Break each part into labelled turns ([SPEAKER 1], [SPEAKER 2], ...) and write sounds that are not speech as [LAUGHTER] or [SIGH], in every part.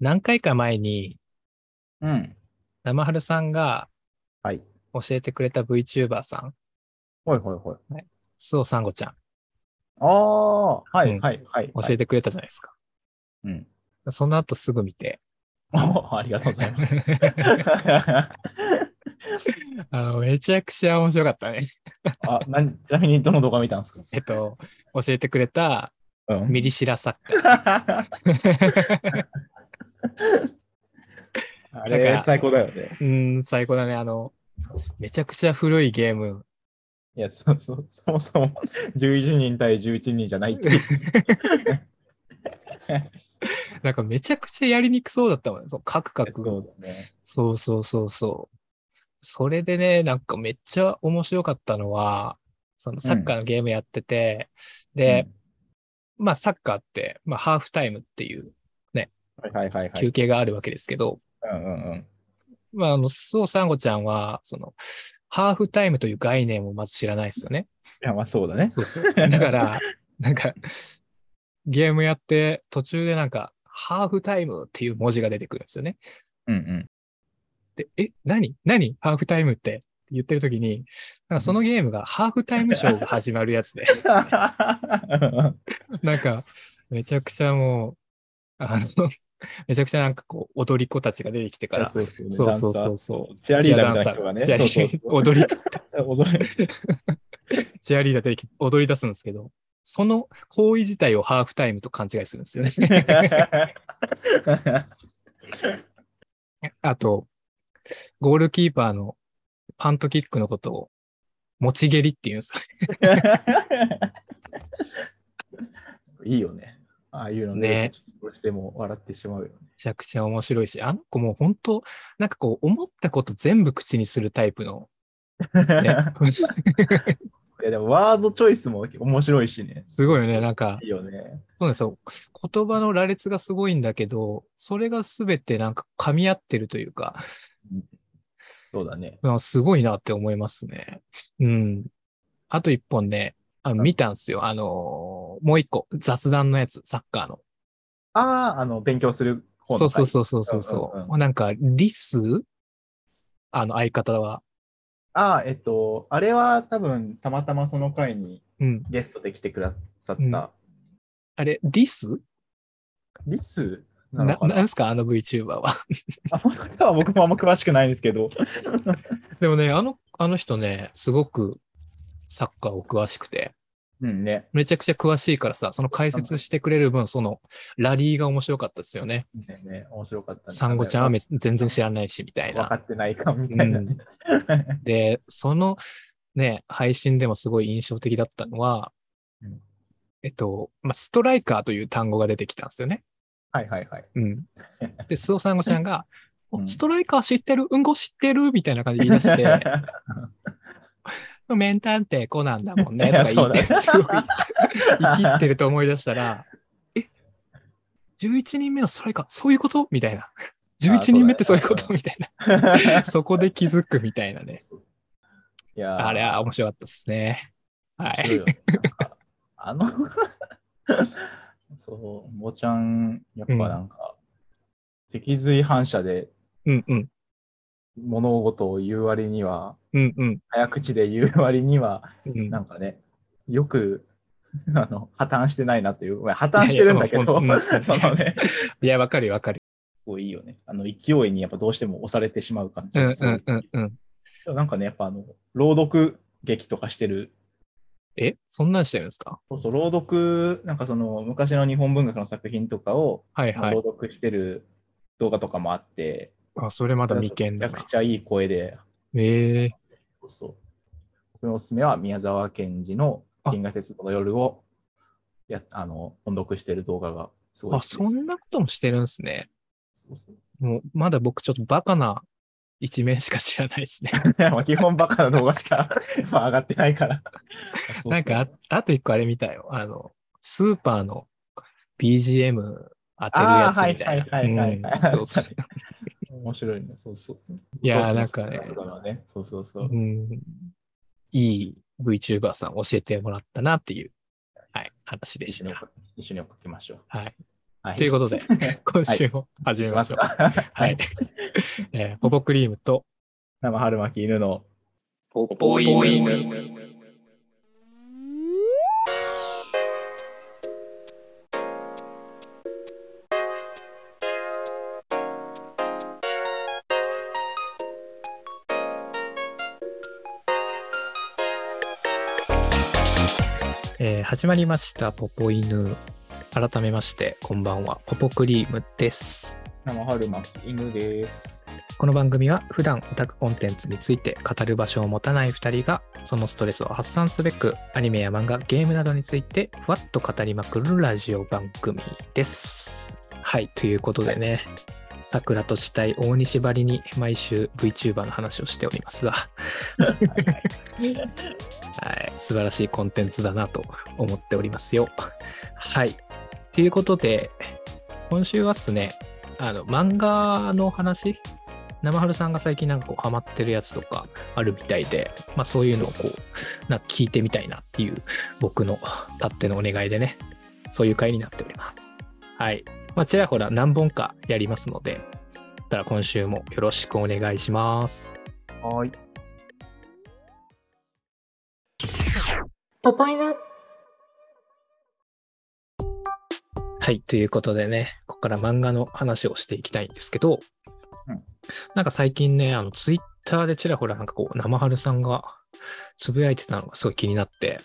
[SPEAKER 1] 何回か前に、
[SPEAKER 2] うん。
[SPEAKER 1] 生春さんが
[SPEAKER 2] はい。
[SPEAKER 1] 教えてくれた VTuber さん、
[SPEAKER 2] はいはいはい。
[SPEAKER 1] スオサンゴちゃん、
[SPEAKER 2] ああ、は
[SPEAKER 1] うん
[SPEAKER 2] いはいはい。
[SPEAKER 1] 教えてくれたじゃないですか。
[SPEAKER 2] うん。 [LAUGHS]
[SPEAKER 1] その後すぐ見て。
[SPEAKER 2] おありがとうござい
[SPEAKER 1] [LAUGHS]
[SPEAKER 2] ます。
[SPEAKER 1] あの、めちゃくちゃ面白かったね。 [LAUGHS]
[SPEAKER 2] あなんちなみにどの動画見たんですか
[SPEAKER 1] えっと、教えてくれた
[SPEAKER 2] うん。
[SPEAKER 1] ミリシラ作
[SPEAKER 2] [LAUGHS] あ
[SPEAKER 1] 家。なん
[SPEAKER 2] れ
[SPEAKER 1] か
[SPEAKER 2] 最高だよね。
[SPEAKER 1] うん、最高だね。あの、めちゃくちゃ古いゲーム。
[SPEAKER 2] いや、そうそう、そもそも11人対11人じゃないっていう。
[SPEAKER 1] なんかめちゃくちゃやりにくそうだったもんね。そう、カクカク。
[SPEAKER 2] そうだね。
[SPEAKER 1] そうそうそうそう。それでね、なんかめっちゃ面白かったのは、そのサッカーのゲームやってて、で、まあサッカーって、まあハーフタイムっていう
[SPEAKER 2] うん、はいはいはいはい。
[SPEAKER 1] 休憩があるわけですけど、
[SPEAKER 2] うんうんうん。
[SPEAKER 1] まああの、そうサンゴちゃんは、その、ハーフタイムという概念をまず知らないですよね。
[SPEAKER 2] いや、まあそうだね。
[SPEAKER 1] そうそう。 [LAUGHS] だから、なんか、ゲームやって途中でなんか、ハーフタイムっていう文字が出てくるんですよね。
[SPEAKER 2] うんうん。
[SPEAKER 1] で、え、何何ハーフタイムってって言ってる時に、なんかそのゲームがハーフタイムショーが始まるやつで、なんか、めちゃくちゃもう、あの、めちゃくちゃなんかこう、踊り子たちが出てきてから、
[SPEAKER 2] [LAUGHS] そ
[SPEAKER 1] そうう
[SPEAKER 2] そう
[SPEAKER 1] そうそう
[SPEAKER 2] ダ
[SPEAKER 1] そ
[SPEAKER 2] ン
[SPEAKER 1] うそう。
[SPEAKER 2] サーチアリーダーみたいな人がね。
[SPEAKER 1] チアリーダー
[SPEAKER 2] そうそう
[SPEAKER 1] 踊り、
[SPEAKER 2] そう踊れ
[SPEAKER 1] チアリーダー出てきて踊り出すんですけど、その行為自体をハーフタイムと勘違いするんですよね。
[SPEAKER 2] [LAUGHS]
[SPEAKER 1] あと、ゴールキーパーのパントキックのことを、持ち蹴りっていうんです
[SPEAKER 2] [LAUGHS] いいよね。ああいうの
[SPEAKER 1] ね
[SPEAKER 2] ね。どうしても笑ってしまうよね。
[SPEAKER 1] めちゃくちゃ面白いし、あの子もう本当、なんかこう、思ったこと全部口にするタイプの、ね
[SPEAKER 2] [LAUGHS] いやでもワードチョイスも面白いしね。
[SPEAKER 1] すごいよね、なんか
[SPEAKER 2] い、いよね。
[SPEAKER 1] そうなんですよ。言葉の羅列がすごいんだけど、それがすべてなんか噛み合ってるというか、
[SPEAKER 2] そうだね。
[SPEAKER 1] まあすごいなって思いますね。うん。あと一本ね、あの見たんですよ。あのーもう一個、雑談のやつ、サッカーの。
[SPEAKER 2] ああ、あの、勉強する方の
[SPEAKER 1] そう
[SPEAKER 2] 回
[SPEAKER 1] そうそうそうそうそう。
[SPEAKER 2] うんうん
[SPEAKER 1] なんか、リスあの、相方は。
[SPEAKER 2] ああ、えっと、あれは多分、たまたまその回に
[SPEAKER 1] うん。
[SPEAKER 2] ゲストで来てくださっ
[SPEAKER 1] うん
[SPEAKER 2] た。
[SPEAKER 1] あれ、リス
[SPEAKER 2] リスな
[SPEAKER 1] な
[SPEAKER 2] のか
[SPEAKER 1] なん
[SPEAKER 2] な
[SPEAKER 1] ですかあの VTuber は。 [LAUGHS]
[SPEAKER 2] あこれは僕もあんま詳しくないんですけど。
[SPEAKER 1] でもね、あの、あの人ね、すごくサッカーを詳しくて、
[SPEAKER 2] うんね。
[SPEAKER 1] めちゃくちゃ詳しいからさ、その解説してくれる分、そのラリーが面白かったですよね。
[SPEAKER 2] ねね面白かったね。
[SPEAKER 1] サンゴちゃんはめ全然知らないし、みたい
[SPEAKER 2] 分か
[SPEAKER 1] な。
[SPEAKER 2] ってないかみたいなね。
[SPEAKER 1] で、そのね、配信でもすごい印象的だったのは
[SPEAKER 2] うん、
[SPEAKER 1] えっと、まあ、ストライカーという単語が出てきたんですよね。
[SPEAKER 2] はいはいはい。 [LAUGHS]
[SPEAKER 1] うん。で、スオサンゴちゃんが、
[SPEAKER 2] う
[SPEAKER 1] お
[SPEAKER 2] ん
[SPEAKER 1] ストライカー知ってるうんご知ってるみたいな感じで言い出して、
[SPEAKER 2] [LAUGHS]
[SPEAKER 1] メンタンってこうなんだもんね。
[SPEAKER 2] い
[SPEAKER 1] と
[SPEAKER 2] や
[SPEAKER 1] か言って、
[SPEAKER 2] [LAUGHS] そうだね
[SPEAKER 1] すごい生きってると思い出したら、え、11人目のストライカー、そういうことみたいな。
[SPEAKER 2] あ
[SPEAKER 1] 11人目ってそ
[SPEAKER 2] そうう
[SPEAKER 1] い
[SPEAKER 2] だ
[SPEAKER 1] う
[SPEAKER 2] ね
[SPEAKER 1] ことみたいな。そこで気づくみたいな
[SPEAKER 2] [LAUGHS]
[SPEAKER 1] ね。
[SPEAKER 2] いやー
[SPEAKER 1] あれは面白かったですね。は
[SPEAKER 2] 面白い
[SPEAKER 1] い。
[SPEAKER 2] よねなんかあのそう、もちゃん、やっぱなんか、脊髄反射で
[SPEAKER 1] うんうん。
[SPEAKER 2] 物事を言う割には、
[SPEAKER 1] うんうん。
[SPEAKER 2] 早口で言う割には、
[SPEAKER 1] うん
[SPEAKER 2] なんかね、よく、 [LAUGHS] あの破綻してないなっていう、まあ破綻してるんだけど
[SPEAKER 1] いやいやうん、
[SPEAKER 2] [LAUGHS] そのね、
[SPEAKER 1] いや、わかるよわかる。
[SPEAKER 2] こういいよね。あの勢いにやっぱどうしても押されてしまう感じ
[SPEAKER 1] うんう
[SPEAKER 2] がすごい
[SPEAKER 1] んうんうん。
[SPEAKER 2] でもなんかね、やっぱあの、朗読劇とかしてる。
[SPEAKER 1] え、そんなんしてるんですか
[SPEAKER 2] そうそう、朗読、なんかその、昔の日本文学の作品とかを、
[SPEAKER 1] はいはい
[SPEAKER 2] 朗。読してる動画とかもあって、
[SPEAKER 1] あ、それまだ未見だ
[SPEAKER 2] めちゃ
[SPEAKER 1] な
[SPEAKER 2] く。ちゃいい声で、
[SPEAKER 1] ええ
[SPEAKER 2] そうそう。僕のおすすめは、宮沢賢治の
[SPEAKER 1] あ
[SPEAKER 2] 銀河鉄道の夜を、や、あの、音読してる動画が、すごい
[SPEAKER 1] あ、
[SPEAKER 2] 好きです
[SPEAKER 1] そんなこともしてるんですね。
[SPEAKER 2] そうそう
[SPEAKER 1] もう、まだ僕ちょっとバカな一面しか知らないですね。
[SPEAKER 2] [LAUGHS] まあ基本バカな動画しか [LAUGHS] まあ上がってないから。そうそう
[SPEAKER 1] [LAUGHS] なんかあ、あと一個あれみたいよ。あの、スーパーの BGM 当てるやつみたいな。
[SPEAKER 2] あーはいはいはいはいは
[SPEAKER 1] う
[SPEAKER 2] い
[SPEAKER 1] んそうそう
[SPEAKER 2] 面白いね。そうそうそう。
[SPEAKER 1] いやーなんかね、
[SPEAKER 2] ね。そうそうそう。
[SPEAKER 1] うん、いい VTuber さん教えてもらったなっていう、はい、話でし
[SPEAKER 2] 一緒に
[SPEAKER 1] た。
[SPEAKER 2] 送一緒に送りましょう。
[SPEAKER 1] はい。
[SPEAKER 2] はい。、
[SPEAKER 1] ということで
[SPEAKER 2] [LAUGHS]
[SPEAKER 1] 今週も始め
[SPEAKER 2] 見
[SPEAKER 1] ま
[SPEAKER 2] ま
[SPEAKER 1] し
[SPEAKER 2] す
[SPEAKER 1] ょう。
[SPEAKER 2] か。
[SPEAKER 1] はい。 [LAUGHS] えーポポクリームと、
[SPEAKER 2] 生春巻き犬の。
[SPEAKER 3] ポポイン
[SPEAKER 1] えー始まりました、ポポ犬。改めまして、こんばんは、ポポクリームです。
[SPEAKER 2] 生春巻き犬です。
[SPEAKER 1] この番組は普段オタクコンテンツについて語る場所を持たない2人がそのストレスを発散すべくアニメや漫画ゲームなどについてふわっと語りまくるラジオ番組です。はいということでね桜と死体大西張りに毎週 VTuber の話をしておりますが、はい、素晴らしいコンテンツだなと思っておりますよ。はいということで今週はですねあの漫画の話生春さんが最近なんかこうハマってるやつとかあるみたいで、まあ、そういうのをこうなんか聞いてみたいなっていう僕のたってのお願いでねそういう回になっておりますはい、まあ、ちらほら何本かやりますのでだから今週もよろしくお願いします
[SPEAKER 2] はい。
[SPEAKER 4] ポポイヌ
[SPEAKER 1] はいということでねここから漫画の話をしていきたいんですけど、
[SPEAKER 2] うん
[SPEAKER 1] なんか最近ねあのツイッターでちらほらなんかこう生春さんがつぶやいてたのがすごい気になって、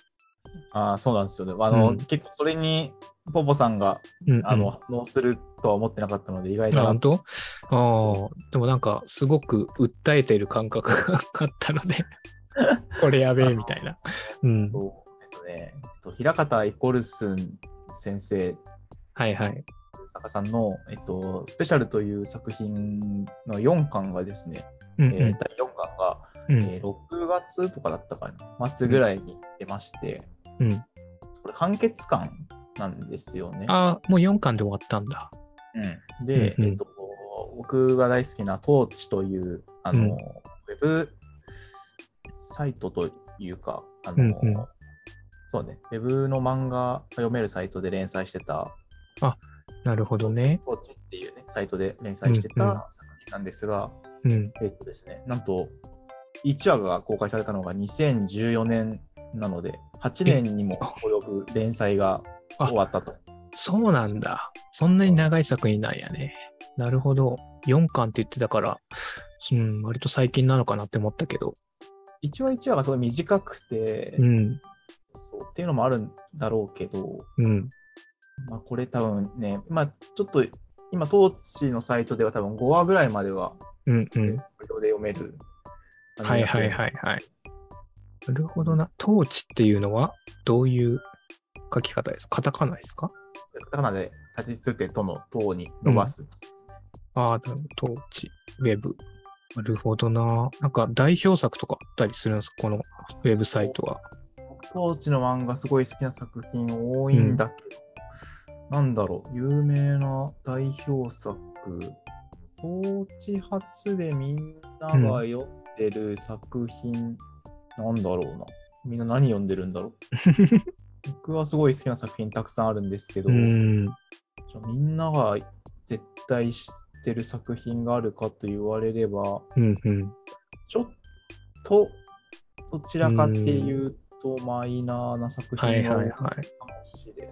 [SPEAKER 2] ああ、そうなんですよね。あ
[SPEAKER 1] う
[SPEAKER 2] の、
[SPEAKER 1] ん
[SPEAKER 2] 結構それに、ポポさんが、
[SPEAKER 1] うんうん
[SPEAKER 2] あの、反応するとは思ってなかったので、意外
[SPEAKER 1] あ
[SPEAKER 2] だな
[SPEAKER 1] 本。当ああ、でもなんか、すごく訴えてる感覚が [LAUGHS] あったの
[SPEAKER 2] [LAUGHS]
[SPEAKER 1] で、これやべえみたいな。うん。
[SPEAKER 2] そうえっとね、えっと平方イコルスン先生
[SPEAKER 1] はいはい。
[SPEAKER 2] 坂さんの、えっと、スペシャルという作品の4巻がですね、
[SPEAKER 1] うん
[SPEAKER 2] えー第4巻が、
[SPEAKER 1] うんうん
[SPEAKER 2] えー6月とかだったかな、末ぐらいに出まして、
[SPEAKER 1] うん
[SPEAKER 2] これ完結巻なんですよね。
[SPEAKER 1] ああ、もう4巻で終わったんだ。
[SPEAKER 2] うんで、
[SPEAKER 1] うんうん
[SPEAKER 2] えっと、僕が大好きなトーチという、あの、
[SPEAKER 1] うん
[SPEAKER 2] ウェブサイトというか、あの、
[SPEAKER 1] うんうん
[SPEAKER 2] そうね、ウェブの漫画が読めるサイトで連載してた
[SPEAKER 1] なるほどね。
[SPEAKER 2] ポーチっていうね、サイトで連載して
[SPEAKER 1] うんうん
[SPEAKER 2] た作品なんですが、
[SPEAKER 1] うん。
[SPEAKER 2] えっとですね、なんと、1話が公開されたのが2014年なので、8年にも及ぶ連載が
[SPEAKER 1] あ
[SPEAKER 2] 終わったと。
[SPEAKER 1] そうなんだ。そんなに長い作品なんやね。なるほど。4巻って言ってたから、うん、割と最近なのかなって思ったけど。
[SPEAKER 2] 1話1話がすごい短くて、
[SPEAKER 1] うん、
[SPEAKER 2] そうっていうのもあるんだろうけど、
[SPEAKER 1] うん、
[SPEAKER 2] まあ、これ多分ね、まあ、ちょっと今、当時のサイトでは多分5話ぐらいまでは
[SPEAKER 1] うん、う
[SPEAKER 2] 無
[SPEAKER 1] ん。
[SPEAKER 2] 料で読める。
[SPEAKER 1] はいはいはいはい。なるほどな。トーチっていうのはどういう書き方ですかカタカナですか
[SPEAKER 2] カタカナで立ちつてとの塔に伸ばす。
[SPEAKER 1] ああ、なるほどトーチ、ウェブ。なるほどな。なんか代表作とかあったりするんですかこのウェブサイトは。
[SPEAKER 2] 当時の漫画すごい好きな作品多いんだけど、なんだろう、有名な代表作、当時発でみんなが読んでる作品、なんだろうな。みんな何読んでる
[SPEAKER 1] [LAUGHS]
[SPEAKER 2] んだろう。僕はすごい好きな作品たくさんあるんですけど、
[SPEAKER 1] うん。
[SPEAKER 2] じゃあみんなが絶対知ってる作品があるかと言われれば、
[SPEAKER 1] うんうん。
[SPEAKER 2] ちょっとどちらかっていうとマイナーな作
[SPEAKER 1] はい
[SPEAKER 2] 品が
[SPEAKER 1] は
[SPEAKER 2] 多
[SPEAKER 1] い
[SPEAKER 2] いか
[SPEAKER 1] はい。
[SPEAKER 2] もしれない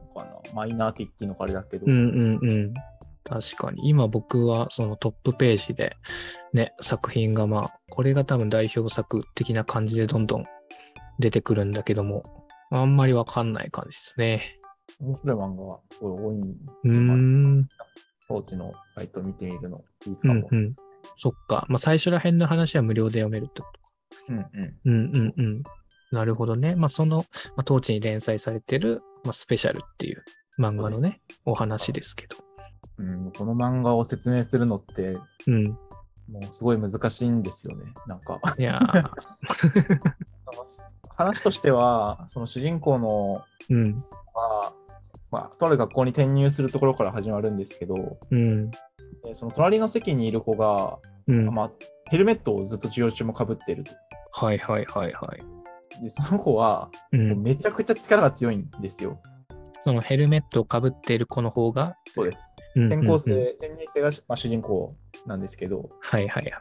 [SPEAKER 2] のかな。マイナーって言っていいのかあれだけど、
[SPEAKER 1] うんうんうん。確かに。今僕はそのトップページでね、作品がまあ、これが多分代表作的な感じでどんどん出てくるんだけども、あんまりわかんない感じですね。
[SPEAKER 2] 面白い漫画がすごい多いんで、
[SPEAKER 1] うーん。
[SPEAKER 2] 当時のサイト見てみるのいいか
[SPEAKER 1] う
[SPEAKER 2] も。
[SPEAKER 1] んうん。そっか。まあ、最初ら辺の話は無料で読めるってこと。
[SPEAKER 2] うんうん
[SPEAKER 1] うんうんうん。なるほどね。まあ、その、まあ、当地に連載されてる、まあ、スペシャルっていう漫画のね、お話ですけど。
[SPEAKER 2] うんこの漫画を説明するのって、
[SPEAKER 1] うん。
[SPEAKER 2] もうすごい難しいんですよね。なんか、 [LAUGHS]
[SPEAKER 1] いや [LAUGHS] ー
[SPEAKER 2] 話としては、その主人公の
[SPEAKER 1] うん。
[SPEAKER 2] は、まあ、とある学校に転入するところから始まるんですけど、
[SPEAKER 1] うん。
[SPEAKER 2] でその隣の席にいる子が、
[SPEAKER 1] うん。
[SPEAKER 2] まあ、ヘルメットをずっと授業中もかぶってると。
[SPEAKER 1] はいはいはいはい。
[SPEAKER 2] で、その子は、
[SPEAKER 1] うん。
[SPEAKER 2] めちゃくちゃ力が強いんですよ。
[SPEAKER 1] そのヘルメットをかぶっている子の方が、
[SPEAKER 2] そうです。
[SPEAKER 1] うん
[SPEAKER 2] 転校
[SPEAKER 1] うんうん
[SPEAKER 2] 生、転入生が、まあ、主人公なんですけど、
[SPEAKER 1] はいはいはい。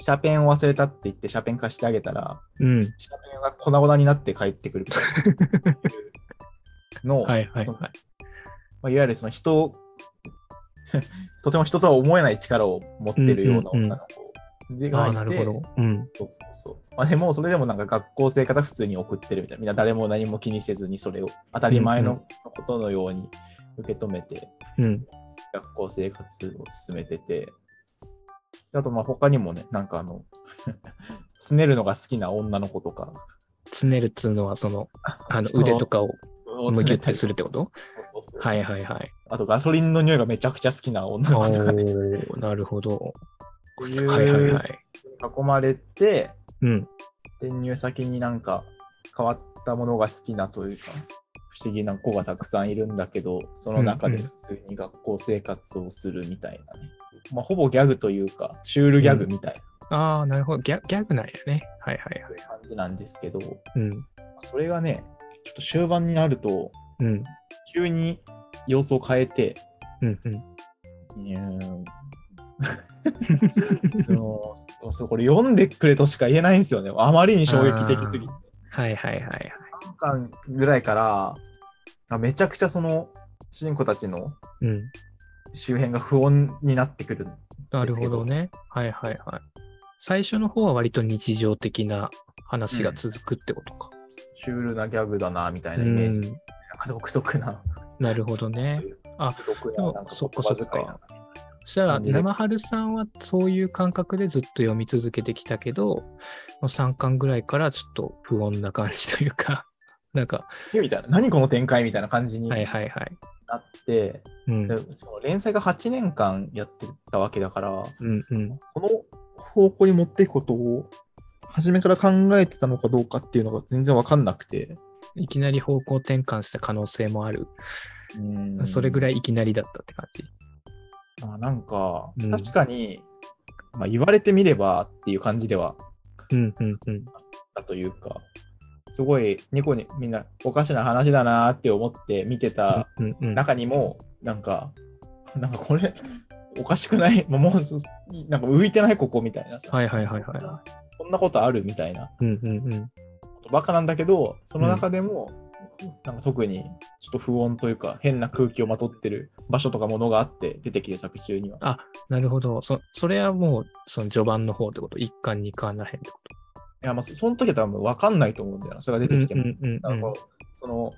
[SPEAKER 2] シャペンを忘れたって言って、シャペン貸してあげたら、
[SPEAKER 1] うん。
[SPEAKER 2] シャペンが粉々になって帰っ
[SPEAKER 1] [LAUGHS]
[SPEAKER 2] てくるみたいなのを、
[SPEAKER 1] はいはい
[SPEAKER 2] その
[SPEAKER 1] はい。
[SPEAKER 2] まあ、いわゆるその人 [LAUGHS] をとても人とは思えない力を持ってるような女の子で
[SPEAKER 1] あ
[SPEAKER 2] が
[SPEAKER 1] あ
[SPEAKER 2] い
[SPEAKER 1] ー、
[SPEAKER 2] て、
[SPEAKER 1] なるほど。うん。
[SPEAKER 2] そうそうそうまあ、でもそれでもなんか学校生活は普通に送ってるみたいなみんな誰も何も気にせずにそれを当たり前
[SPEAKER 1] うんう
[SPEAKER 2] のことのように受け止めて
[SPEAKER 1] うん。
[SPEAKER 2] 学校生活を進めててあとまあ他にもねなんかあの [LAUGHS] つねるのが好きな女の子とか
[SPEAKER 1] つねるっつうのは、その、あの
[SPEAKER 2] 人
[SPEAKER 1] 腕とかを
[SPEAKER 2] を
[SPEAKER 1] む
[SPEAKER 2] つ
[SPEAKER 1] ぎゅ
[SPEAKER 2] ね
[SPEAKER 1] ってするってこと
[SPEAKER 2] そうそうそう
[SPEAKER 1] はいはいはい。
[SPEAKER 2] あとガソリンの匂いがめちゃくちゃ好きな女の
[SPEAKER 1] お
[SPEAKER 2] 子とかね
[SPEAKER 1] ー、なるほど。
[SPEAKER 2] っていう
[SPEAKER 1] はいはいはい。
[SPEAKER 2] 囲まれて、
[SPEAKER 1] うん。
[SPEAKER 2] 転入先になんか変わったものが好きなというか、不思議な子がたくさんいるんだけど、その中で普通に学校生活をするみたいなね。まあ、ほぼギャグというか、シュールギャグみたい
[SPEAKER 1] ああ、なるほど。ギャギャグなんやね。はいはい
[SPEAKER 2] な
[SPEAKER 1] は
[SPEAKER 2] そういう感じなんですけど、
[SPEAKER 1] い。うん。
[SPEAKER 2] それがね、ちょっと終盤になると、
[SPEAKER 1] うん。
[SPEAKER 2] 急に様子を変えて、
[SPEAKER 1] うん。うん。
[SPEAKER 2] うー [LAUGHS] んあのそうこれ読んでくれとしか言えないんですよね。あまりに衝撃的すぎて。
[SPEAKER 1] はいはいはいはい。
[SPEAKER 2] 3巻ぐらいからあめちゃくちゃその主人公たちの
[SPEAKER 1] うん。
[SPEAKER 2] 周辺が不穏になってくる。
[SPEAKER 1] なるほどね。はいはいはい。最初の方は割と日常的な話が続くってことか。
[SPEAKER 2] シュールなギャグだなみたいうなイメージ。なん
[SPEAKER 1] ん。
[SPEAKER 2] か独特な。
[SPEAKER 1] なるほどね。あ
[SPEAKER 2] 独特ななんか
[SPEAKER 1] そっか
[SPEAKER 2] 言葉遣いな
[SPEAKER 1] そっそしたら、
[SPEAKER 2] 感じで
[SPEAKER 1] 生春さんはそういう感覚でずっと読み続けてきたけど、3巻ぐらいからちょっと不穏な感じというか、 [LAUGHS] なんか、
[SPEAKER 2] えみたいな。何この展開みたいな感じにな
[SPEAKER 1] はい
[SPEAKER 2] っ
[SPEAKER 1] はいはい。
[SPEAKER 2] て、
[SPEAKER 1] うん。
[SPEAKER 2] でしかも連載が8年間やってたわけだから、
[SPEAKER 1] うんうん。
[SPEAKER 2] この方向に持っていくことを初めから考えてたのかどうかっていうのが全然わかんなくて。
[SPEAKER 1] いきなり方向転換した可能性もある。それぐ
[SPEAKER 2] い
[SPEAKER 1] らいいきなりだったって感じ。
[SPEAKER 2] あなんか、
[SPEAKER 1] うん
[SPEAKER 2] 確かに、まあ、言われてみればっていう感じでは
[SPEAKER 1] うんうんうん。
[SPEAKER 2] だというか、すごいニコにみんなおかしな話だなーって思って見てた
[SPEAKER 1] うんうんうん。
[SPEAKER 2] 中にも、なんか、なんかこれ、おかしくない、 [LAUGHS] もうもう、そなんか浮いてないここみたいなさ、
[SPEAKER 1] はいはいはいは
[SPEAKER 2] こんなことあるみたいな、
[SPEAKER 1] い。うんうんうん。
[SPEAKER 2] バカなんだけど、その中でも、なんか特にちょっと不穏というか、変な空気をまとってる場所とかものがあって、出てきて作中には。
[SPEAKER 1] なるほど。そそれはもう、その序盤の方ってこと、1巻、2巻らへんってこ
[SPEAKER 2] いや、まあ、そその時は多分分かんないと思うんだよな、それが
[SPEAKER 1] と。
[SPEAKER 2] 出てきても。
[SPEAKER 1] うんうん
[SPEAKER 2] な
[SPEAKER 1] うんん
[SPEAKER 2] か
[SPEAKER 1] うん
[SPEAKER 2] こうその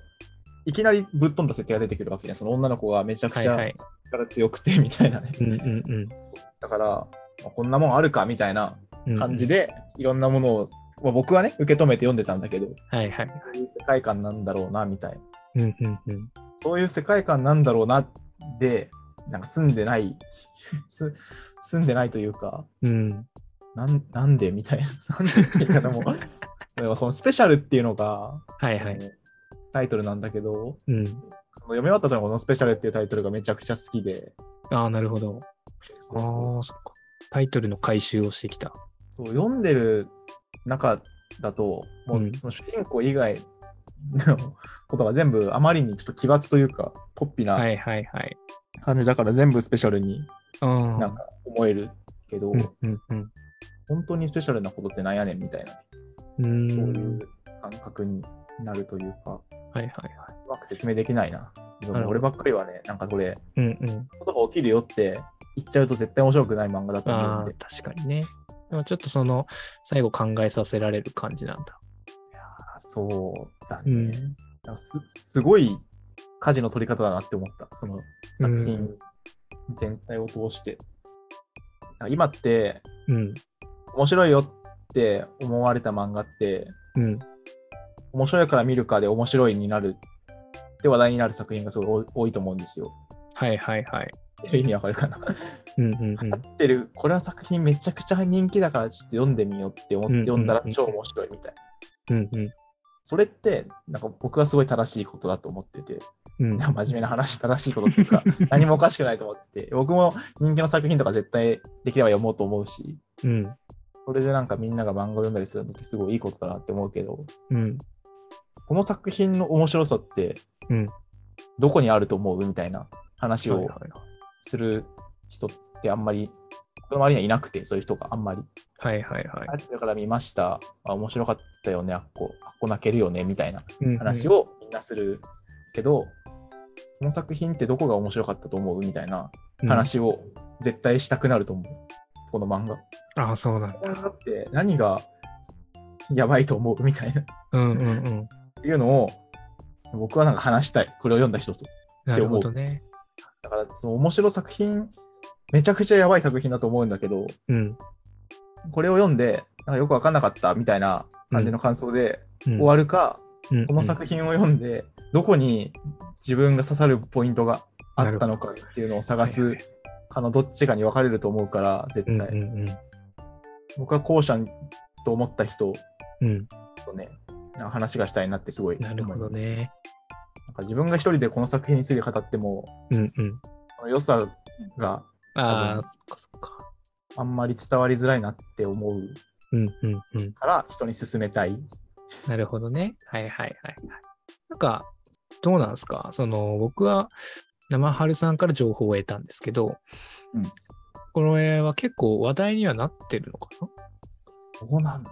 [SPEAKER 2] いきなりぶっ飛んだ設定が出てくるわけじゃんその女の子がめちゃく
[SPEAKER 1] は
[SPEAKER 2] ち
[SPEAKER 1] い
[SPEAKER 2] ゃ
[SPEAKER 1] はい。
[SPEAKER 2] 力強くてみたいなね。
[SPEAKER 1] うんうんうん
[SPEAKER 2] そうだから、まあこんなもんあるかみたいな
[SPEAKER 1] うんうん。
[SPEAKER 2] 感じで、いろんなものを、まあ、僕はね、受け止めて読んでたんだけど、こ
[SPEAKER 1] はいはいう
[SPEAKER 2] いう世界観なんだろうなみたいな。
[SPEAKER 1] うんうんうん。
[SPEAKER 2] そういう世界観なんだろうなで、なんか住んでない、 [LAUGHS] す住んでないというか、
[SPEAKER 1] うん。
[SPEAKER 2] なんなんでみたいな。 [LAUGHS] なんでって言い
[SPEAKER 1] [LAUGHS]
[SPEAKER 2] 方も。でもそのスペシャルっていうのが、
[SPEAKER 1] はいはい
[SPEAKER 2] そのタイトルなんだけど、
[SPEAKER 1] うん。
[SPEAKER 2] その読み終わった時のこのスペシャルっていうタイトルがめちゃくちゃ好きで、
[SPEAKER 1] ああ、なるほど。
[SPEAKER 2] そ
[SPEAKER 1] あ
[SPEAKER 2] う
[SPEAKER 1] あ
[SPEAKER 2] そ
[SPEAKER 1] ー、そっか。タイトルの回収をしてきた。
[SPEAKER 2] うそう読んでる中だと、も
[SPEAKER 1] うん
[SPEAKER 2] うその主人公以外のことが全部あまりにちょっと奇抜というか、ポッピ
[SPEAKER 1] は
[SPEAKER 2] ない
[SPEAKER 1] はいはい。
[SPEAKER 2] 感じだから全部スペシャルに
[SPEAKER 1] うん。
[SPEAKER 2] なんか思えるけど、
[SPEAKER 1] うんうんうん。
[SPEAKER 2] 本当にスペシャルなことってなんやねんみたいな、
[SPEAKER 1] うー
[SPEAKER 2] そうんいう。感覚になるというか、
[SPEAKER 1] はいはいは
[SPEAKER 2] うまく説明できないな。で
[SPEAKER 1] なる
[SPEAKER 2] も
[SPEAKER 1] ほど
[SPEAKER 2] 俺ばっかりはね、なんかこれ、
[SPEAKER 1] い。うんうん。
[SPEAKER 2] ことが起きるよって言っちゃうと絶対面白くない漫画だと思う
[SPEAKER 1] あ
[SPEAKER 2] ん
[SPEAKER 1] あ
[SPEAKER 2] で、、
[SPEAKER 1] 確かにね。でもちょっとその、最後考えさせられる感じなんだ。
[SPEAKER 2] あそうだ
[SPEAKER 1] うん
[SPEAKER 2] ね。なんかすすごい舵の取り方だなって思った。その作
[SPEAKER 1] う
[SPEAKER 2] 品
[SPEAKER 1] ん
[SPEAKER 2] 全体を通して。なんか今って
[SPEAKER 1] うん。
[SPEAKER 2] 面白いよって思われた漫画って、
[SPEAKER 1] うん。
[SPEAKER 2] 面白いから見るかで面白いになるって話題になる作品がすごい多い多いと思うんですよ。
[SPEAKER 1] はいはいはい。
[SPEAKER 2] 意味わかるかな合
[SPEAKER 1] うんうんうん。
[SPEAKER 2] ってる、これは作品めちゃくちゃ人気だからちょっと読んでみようって思って読んだら
[SPEAKER 1] うんうんうん
[SPEAKER 2] 超面白いみたいな。
[SPEAKER 1] うんうん
[SPEAKER 2] それって、なんか僕はすごい正しいことだと思ってて、 [LAUGHS]
[SPEAKER 1] うん。
[SPEAKER 2] 真面目な話、正しいことってい
[SPEAKER 1] [LAUGHS]
[SPEAKER 2] うか、何もおかしくないと思ってて、僕も人気の作品とか絶対できれば読もうと思うし、
[SPEAKER 1] うん。
[SPEAKER 2] それでなんかみんなが漫画を読んだりするのってすごいいいことだなって思うけど、
[SPEAKER 1] うん。
[SPEAKER 2] この作品の面白さって
[SPEAKER 1] うん、
[SPEAKER 2] どこにあると思うみたいな話
[SPEAKER 1] はい
[SPEAKER 2] を
[SPEAKER 1] はい
[SPEAKER 2] する人ってあんまり、僕の周りにはいなくて、そういう人があんまり。
[SPEAKER 1] はいはいはい
[SPEAKER 2] あだから見ました、あ面白かったよね、あっこ、あっこ泣けるよね、みたいな
[SPEAKER 1] うんうん。
[SPEAKER 2] 話をみんなするけど、この作品ってどこが面白かったと思うみたいな話を絶対したくなると思う、この漫画。
[SPEAKER 1] うん。ああ、そうなんだ。
[SPEAKER 2] だって何がやばいと思うみたいなっ
[SPEAKER 1] うんうんうん。
[SPEAKER 2] ていうのを僕はなんか話したいこれを読んだ人と
[SPEAKER 1] なるほどね。
[SPEAKER 2] だからその面白い作品めちゃくちゃやばい作品だと思うんだけど
[SPEAKER 1] うん。
[SPEAKER 2] これを読んでなんかよく分かんなかったみたいな感じの感想で
[SPEAKER 1] 終
[SPEAKER 2] 終わるか、
[SPEAKER 1] る
[SPEAKER 2] この作品を読んでどこに自分が刺さるポイントがあったのかっていうのを探すかのどっちかに分かれると思うから絶
[SPEAKER 1] うん
[SPEAKER 2] 対、
[SPEAKER 1] うんうん
[SPEAKER 2] 僕は後者と思った人
[SPEAKER 1] うん。
[SPEAKER 2] とねなんか話がしたいなってすごい思
[SPEAKER 1] ないる
[SPEAKER 2] ます
[SPEAKER 1] ほどね。
[SPEAKER 2] なんか自分が一人でこの作品について語っても、
[SPEAKER 1] うんうん。
[SPEAKER 2] その良さが
[SPEAKER 1] あ
[SPEAKER 2] 多
[SPEAKER 1] あ、
[SPEAKER 2] 分
[SPEAKER 1] そっかそっか。
[SPEAKER 2] あんまり伝わりづらいなって思う
[SPEAKER 1] うんうんうん。
[SPEAKER 2] から、人に勧めたい。
[SPEAKER 1] なるほどね。はいはいはいはい。なんか、どうなんですかその、僕は生春さんから情報を得たんですけど、
[SPEAKER 2] うん
[SPEAKER 1] これは結構話題にはなってるのかな
[SPEAKER 2] どうなんだ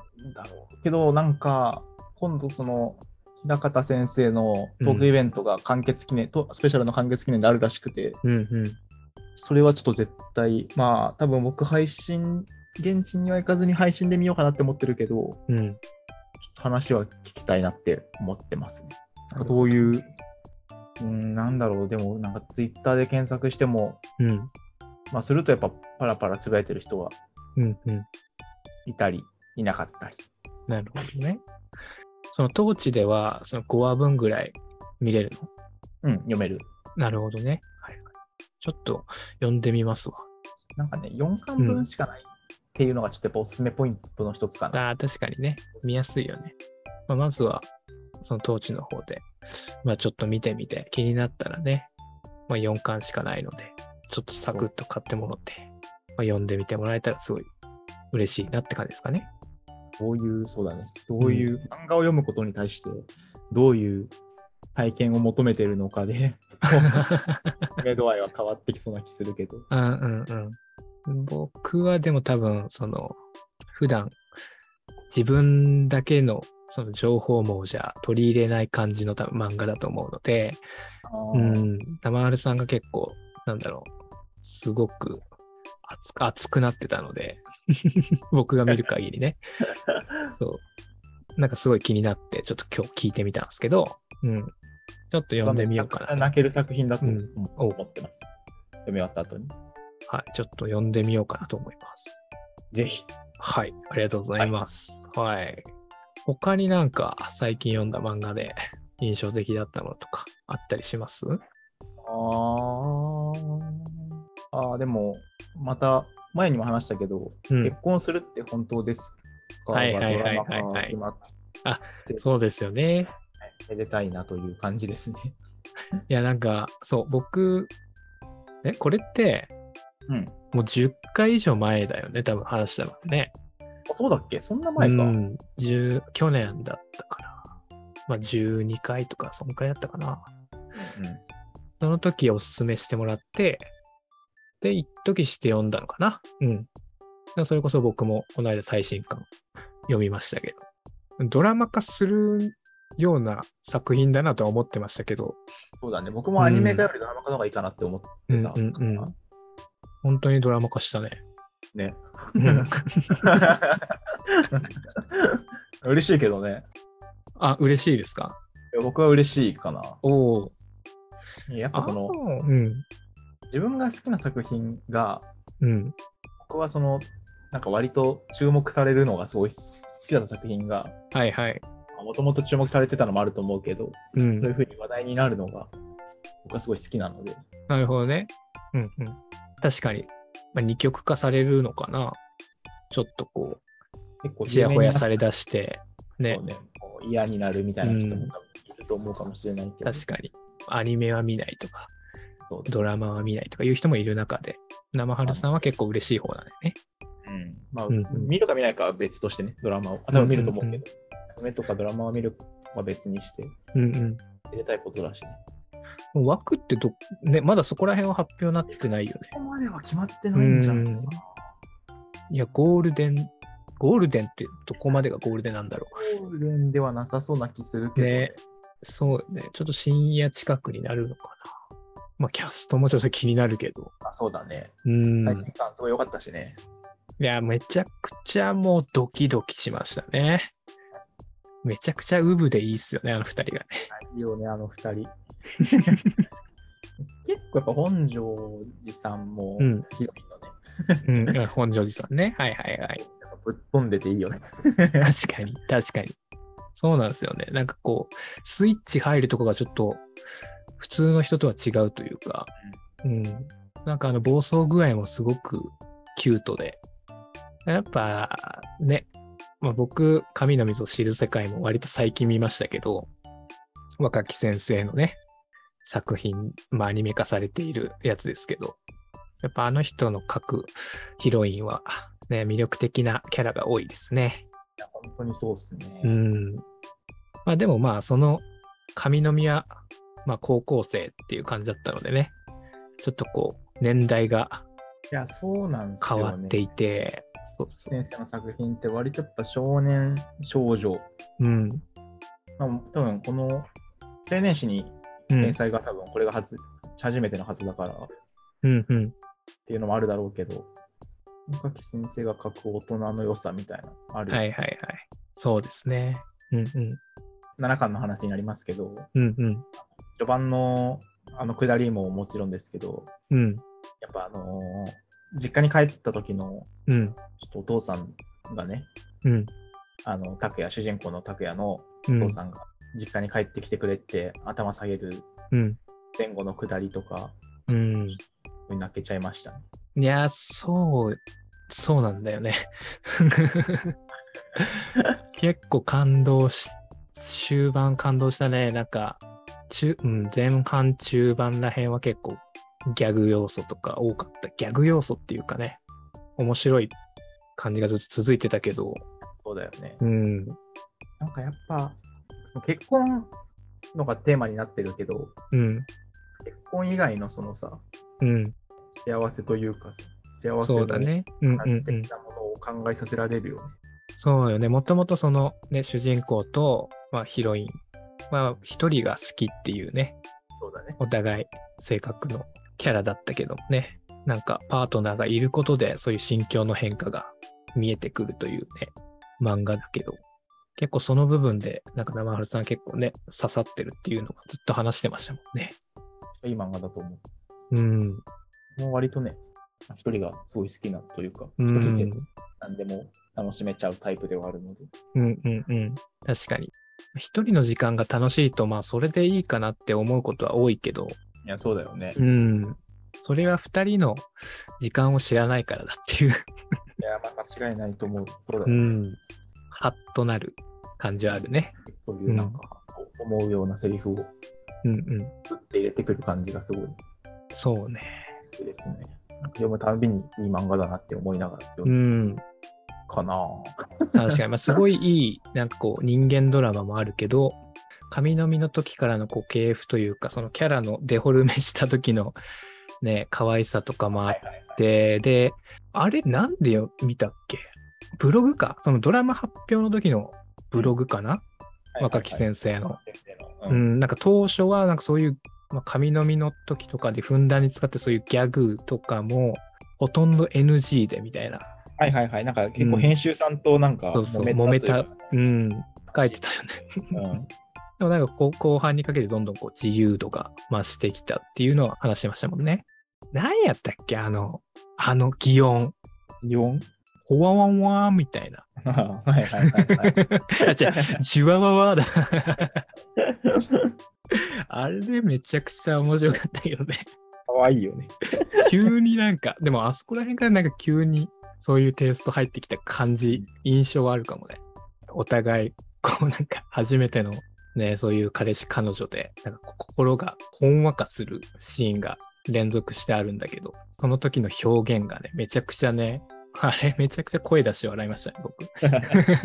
[SPEAKER 2] ろう。けど、なんか、今度その、平方先生のトークイベントが完結記念、とスペシャルの完結記念であるらしくて、
[SPEAKER 1] うんうん。
[SPEAKER 2] それはちょっと絶対、まあ、多分僕配信、現地には行かずに配信で見ようかなって思ってるけど、ちょっ
[SPEAKER 1] うん。
[SPEAKER 2] と話は聞きたいなって思ってますね。なんか
[SPEAKER 1] う
[SPEAKER 2] どういう、うん、なんだろう、でもなんかツイッターで検索しても、
[SPEAKER 1] うん。
[SPEAKER 2] まあするとやっぱパラパラつぶやいてる人は
[SPEAKER 1] うんうん。
[SPEAKER 2] いたり、いなかったり。
[SPEAKER 1] なるほどね。その当地では、その5話分ぐらい見れるの
[SPEAKER 2] うん、読める。
[SPEAKER 1] なるほどね。はいはい。ちょっと読んでみますわ。
[SPEAKER 2] なんかね、4巻分しかないっていうのがちょっとやっぱおすすめポイントの一つか
[SPEAKER 1] あ
[SPEAKER 2] な。
[SPEAKER 1] あ、確かにね。見やすいよね。まあ、まずは、その当地の方で、まあ、ちょっと見てみて、気になったらね、まあ、4巻しかないので、ちょっとサクッと買ってもらって、まあ、読んでみてもらえたらすごい嬉しいなって感じですかね。 [LAUGHS]
[SPEAKER 2] どういう、そうだね、どういう、漫画を読むことに対して、どういう体験を求めてるのか [LAUGHS] で、おすすめ度合いは変わってきそうな気するけど。
[SPEAKER 1] うんうんうん。僕はでも多分、その、普段、自分だけの、その情報網じゃ取り入れない感じの多分漫画だと思うので、う
[SPEAKER 2] うん
[SPEAKER 1] ん、玉丸さんが結構、なんだろう、すごく熱く熱くなってたので、
[SPEAKER 2] [LAUGHS]
[SPEAKER 1] 僕が見る限りね。そう。なんかすごい気になって、ちょっと今日聞いてみたんですけど、うん。ちょっと読んでみようかな。
[SPEAKER 2] 泣ける作品だと
[SPEAKER 1] うん
[SPEAKER 2] 思ってます。読み終わった後に。
[SPEAKER 1] はい。ちょっと読んでみようかなと思います。
[SPEAKER 2] ぜひ。
[SPEAKER 1] はい。ありがとうございます。はい。他になんか最近読んだ漫画で印象的だったものとかあったりします
[SPEAKER 2] あーあー、でも、また前にも話したけど、
[SPEAKER 1] うん
[SPEAKER 2] 結。婚するって本当ですか
[SPEAKER 1] はい
[SPEAKER 2] が
[SPEAKER 1] はいはいはいはい
[SPEAKER 2] ドラマ化決まっ
[SPEAKER 1] そうですよね。
[SPEAKER 2] てめでたいなという感じですね。
[SPEAKER 1] いや、なんか、そう、僕、え、これって、
[SPEAKER 2] うん、
[SPEAKER 1] もう10回以上前だよね、多分話したのってね。
[SPEAKER 2] あそうだっけそんな前か。
[SPEAKER 1] うん、10去年だったから、まあ12回とか、そんくらいだったかな。その時おすすめしてもらって、で、一時して読んだのかな。うん。でそれこそ僕もこの間最新刊読みましたけど、ドラマ化するような作品だなとは思ってましたけど、
[SPEAKER 2] そうだね。僕もアニメ化よりドラマ化の方がいいかなって思ってた
[SPEAKER 1] う
[SPEAKER 2] かな。
[SPEAKER 1] んうんうん本当にドラマ化した
[SPEAKER 2] [LAUGHS]
[SPEAKER 1] ね。
[SPEAKER 2] ね。
[SPEAKER 1] うん
[SPEAKER 2] [LAUGHS] 嬉しいけどね。
[SPEAKER 1] あ、嬉しいですか
[SPEAKER 2] いや僕は嬉しいかな。
[SPEAKER 1] おお。
[SPEAKER 2] やっぱその
[SPEAKER 1] あーうん。
[SPEAKER 2] 自分が好きな作品が
[SPEAKER 1] うん。
[SPEAKER 2] 僕はそのなんか割と注目されるのがすごい好きだった作品が
[SPEAKER 1] はいはい。
[SPEAKER 2] もともと注目されてたのもあると思うけど
[SPEAKER 1] う
[SPEAKER 2] そ
[SPEAKER 1] ん
[SPEAKER 2] うい。うふうに話題になるのが僕はすごい好きなので
[SPEAKER 1] なるほどね。うんうん。確かに、まあ、二極化されるのかな。ちょっとこ
[SPEAKER 2] 結構
[SPEAKER 1] う、ちやほやされだして、
[SPEAKER 2] 有
[SPEAKER 1] ね
[SPEAKER 2] 名な、人もねもう嫌になるみたいな人も多分いると思うかもしれないけど、
[SPEAKER 1] 確かに。アニメは見ないとか、
[SPEAKER 2] そう
[SPEAKER 1] ドラマは見ないとかいう人もいる中で、生春さんは結構嬉しい方なんだよね。
[SPEAKER 2] うんまあ、
[SPEAKER 1] うんうん
[SPEAKER 2] 見るか見ないかは別としてね、ドラマを。あ多分見ると思うけど、
[SPEAKER 1] うん
[SPEAKER 2] アニメとかドラマを見るは別にして、
[SPEAKER 1] うんうん。
[SPEAKER 2] 入れたいことだしね。
[SPEAKER 1] もう枠ってど、ね、まだそこら辺は発表になってないよね。
[SPEAKER 2] ここまでは決まってないんじゃん。
[SPEAKER 1] うんいや、ゴールデン、ゴールデンってどこまでがゴールデンなんだろ
[SPEAKER 2] ゴールデンではなさそうな気する
[SPEAKER 1] う。
[SPEAKER 2] けど、
[SPEAKER 1] ね、そうね。ちょっと深夜近くになるのかな。まあ、キャストもちょっと気になるけど。
[SPEAKER 2] あそうだね。
[SPEAKER 1] うん。
[SPEAKER 2] 最新感すごい良かったしね。
[SPEAKER 1] いや、めちゃくちゃもうドキドキしましたね。めちゃくちゃウブでいいっすよね、あの二人がね。
[SPEAKER 2] いいよね、あの二人。 [LAUGHS] 結構やっぱ本庄寺さんも
[SPEAKER 1] うん
[SPEAKER 2] ヒロインのね、
[SPEAKER 1] うん、本庄寺さんね。はいはいはい。
[SPEAKER 2] やっぱぶっ飛んでていいよね。
[SPEAKER 1] 確かに、確かに。そうなんですよね。なんかこう、スイッチ入るとこがちょっと、普通の人とは違うというか、うん。なんかあの、暴走具合もすごくキュートで。やっぱ、ね、まあ、僕、神の水を知る世界も割と最近見ましたけど、若き先生のね、作品、まあ、アニメ化されているやつですけど、やっぱあの人の描くヒロインは、ね、魅力的なキャラが多いですね。
[SPEAKER 2] 本当にそうっすね。
[SPEAKER 1] うん。まあでもまあその上宮、まあ高校生っていう感じだったのでね、ちょっとこう年代が
[SPEAKER 2] いや、そうなんです
[SPEAKER 1] 変
[SPEAKER 2] よ、ね。
[SPEAKER 1] わっていて、そうそ
[SPEAKER 2] 先生の作品って割とやっぱ少年少女、
[SPEAKER 1] う。うん。
[SPEAKER 2] まあ、多分この青年誌に
[SPEAKER 1] うん
[SPEAKER 2] 連。載が多分これが初、初めてのはずだからっ
[SPEAKER 1] うん。うん。
[SPEAKER 2] ていうのもあるだろうけど若き先生が書く大人の良さみたいなある、
[SPEAKER 1] はいはいはい。そうですね。うん
[SPEAKER 2] 7巻の話になりますけど
[SPEAKER 1] うん。うんうん。
[SPEAKER 2] 序盤のあの下りももちろんですけど
[SPEAKER 1] うん。
[SPEAKER 2] やっぱあのー実家に帰った時の
[SPEAKER 1] うん。
[SPEAKER 2] ちょっとお父さんがね
[SPEAKER 1] うん。
[SPEAKER 2] あの拓也主人公の拓也の
[SPEAKER 1] う
[SPEAKER 2] お
[SPEAKER 1] ん
[SPEAKER 2] 父。さんが実家に帰ってきてくれって頭下げる
[SPEAKER 1] うん。
[SPEAKER 2] 前後の下りとか
[SPEAKER 1] うん。
[SPEAKER 2] 泣けちゃいました、ね。
[SPEAKER 1] いや、そう、そうなんだよね。結構感動し、終盤感動したね。なんか、中うん、前半中盤ら辺は結構ギャグ要素とか多かった。ギャグ要素っていうかね、面白い感じがずっと続いてたけど、
[SPEAKER 2] そうだよね。
[SPEAKER 1] うん、
[SPEAKER 2] なんかやっぱ、その結婚のがテーマになってるけど、
[SPEAKER 1] うん、
[SPEAKER 2] 結婚以外のそのさ、
[SPEAKER 1] うん、
[SPEAKER 2] 幸せというか、幸せ
[SPEAKER 1] そ
[SPEAKER 2] の
[SPEAKER 1] うだね。うん、うん、う
[SPEAKER 2] 感じ
[SPEAKER 1] ん
[SPEAKER 2] 的。なものを考えさせられるよね。
[SPEAKER 1] そうよね。もともとその、ね、主人公と、まあ、ヒロイン、まあ、一人が好きっていうね、
[SPEAKER 2] そうだね。
[SPEAKER 1] お互い性格のキャラだったけどもねなんかパートナーがいることでそういう心境の変化が見えてくるというね漫画だけど結構その部分でなんか生春さん結構ね刺さってるっていうのがずっと話してましたもんね
[SPEAKER 2] いい漫画だと思
[SPEAKER 1] うん
[SPEAKER 2] う。もう割とね、一人がすごい好きなというか、
[SPEAKER 1] う
[SPEAKER 2] 一人で
[SPEAKER 1] ん
[SPEAKER 2] 何でも楽しめちゃうタイプではあるので。
[SPEAKER 1] うんうんうん確かに一人の時間が楽しいとまあそれでいいかなって思うことは多いけど
[SPEAKER 2] いや、そうだよね。
[SPEAKER 1] う
[SPEAKER 2] い
[SPEAKER 1] んそれは二人の時間を知らないからだっていう
[SPEAKER 2] や、まあ間違いないと思う。そうだ
[SPEAKER 1] う
[SPEAKER 2] ね。
[SPEAKER 1] んハッとなる感じはあるね
[SPEAKER 2] そういうなんか、思うようなセリフを
[SPEAKER 1] うんうん。
[SPEAKER 2] 打って入れてくる感じがすごい。
[SPEAKER 1] そうね。
[SPEAKER 2] そうですね。読むたびにいい漫画だなって思いながら読
[SPEAKER 1] うん
[SPEAKER 2] で
[SPEAKER 1] ん。
[SPEAKER 2] るかな、
[SPEAKER 1] 確かに。まあ、すごいいい、なんかこう、人間ドラマもあるけど、神の実の時からのこう系譜というか、そのキャラのデフォルメした時のね、可愛さとかもあっ
[SPEAKER 2] はい。
[SPEAKER 1] て、で、あれなんでよ見たっけブログか。そのドラマ発表の時のブログかな、若き先生の。
[SPEAKER 2] 先
[SPEAKER 1] う
[SPEAKER 2] 生の。うん。
[SPEAKER 1] ん、なんか当初はなんかそういう、まあ、神の実の時とかでふんだんに使ってそういうギャグとかもほとんど NG でみたいな
[SPEAKER 2] はいはいはい。なんか結構
[SPEAKER 1] うん
[SPEAKER 2] 編集さんとなんか
[SPEAKER 1] そうそう
[SPEAKER 2] 揉
[SPEAKER 1] 揉
[SPEAKER 2] め
[SPEAKER 1] め
[SPEAKER 2] た
[SPEAKER 1] た、うん、書いてたよね。
[SPEAKER 2] というか。うん
[SPEAKER 1] でもなんかこう後半にかけてどんどんこう自由度が増してきたっていうのは話してましたもんね。何やったっけあの、あの擬音。
[SPEAKER 2] 4?
[SPEAKER 1] ほわわわーみたいな。
[SPEAKER 2] [LAUGHS] はいはいはい
[SPEAKER 1] あ、違
[SPEAKER 2] はい。
[SPEAKER 1] う、ジュワワワーだ。 [LAUGHS] あれめちゃくちゃ面白かったけどね。
[SPEAKER 2] かわいいよね。
[SPEAKER 1] [LAUGHS] 急になんか、でもあそこら辺からなんか急にそういうテイスト入ってきた感じ、印象はあるかもね。お互い、こうなんか初めてのね、そういう彼氏彼女で、なんかこう心がほんわかするシーンが連続してあるんだけど、その時の表現がね、めちゃくちゃね、あれめちゃくちゃ声出して笑いましたね、僕。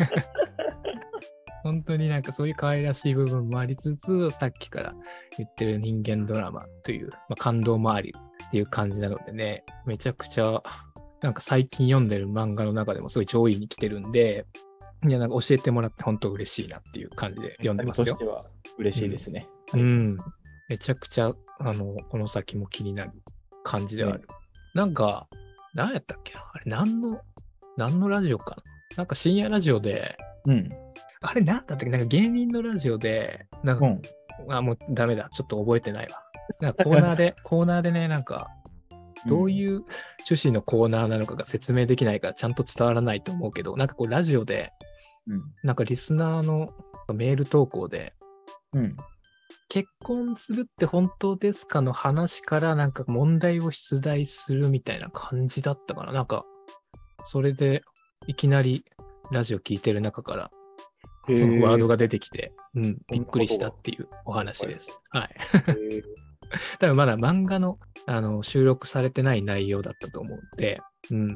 [SPEAKER 1] 本当になんかそういう可愛らしい部分もありつつ、さっきから言ってる人間ドラマという、まあ、感動もありっていう感じなのでね、めちゃくちゃ、なんか最近読んでる漫画の中でもすごい上位に来てるんで、いや、なんか教えてもらって本当嬉しいなっていう感じで読んでますよ
[SPEAKER 2] とし。ては嬉しいですね。
[SPEAKER 1] う
[SPEAKER 2] はい
[SPEAKER 1] ん。めちゃくちゃ、あの、この先も気になる感じではある。なんか、何やったっけなあれ、何の、何のラジオかななんか深夜ラジオで、
[SPEAKER 2] うん。
[SPEAKER 1] あれ何だったっけなんか芸人のラジオで、なん
[SPEAKER 2] う
[SPEAKER 1] か、
[SPEAKER 2] ん。
[SPEAKER 1] あ、もうダメだ。ちょっと覚えてないわ。なんかコーナー [LAUGHS] で、コーナーでね、なんか、どういう趣旨のコーナーなのかが説明できないからちゃんと伝わらないと思うけど、なんかこうラジオで、
[SPEAKER 2] うん。
[SPEAKER 1] なんかリスナーのメール投稿で、
[SPEAKER 2] うん。
[SPEAKER 1] 結婚するって本当ですかの話からなんか問題を出題するみたいな感じだったかな。なんか、それでいきなりラジオ聞いてる中から、
[SPEAKER 2] へ
[SPEAKER 1] そ
[SPEAKER 2] ー
[SPEAKER 1] のワードが出てきて、うん、
[SPEAKER 2] そんなことが
[SPEAKER 1] びっくりしたっていうお話です。 [LAUGHS] はい。多分まだ漫画のあの収録されてない内容だったと思うんで、うん、
[SPEAKER 2] ん
[SPEAKER 1] っ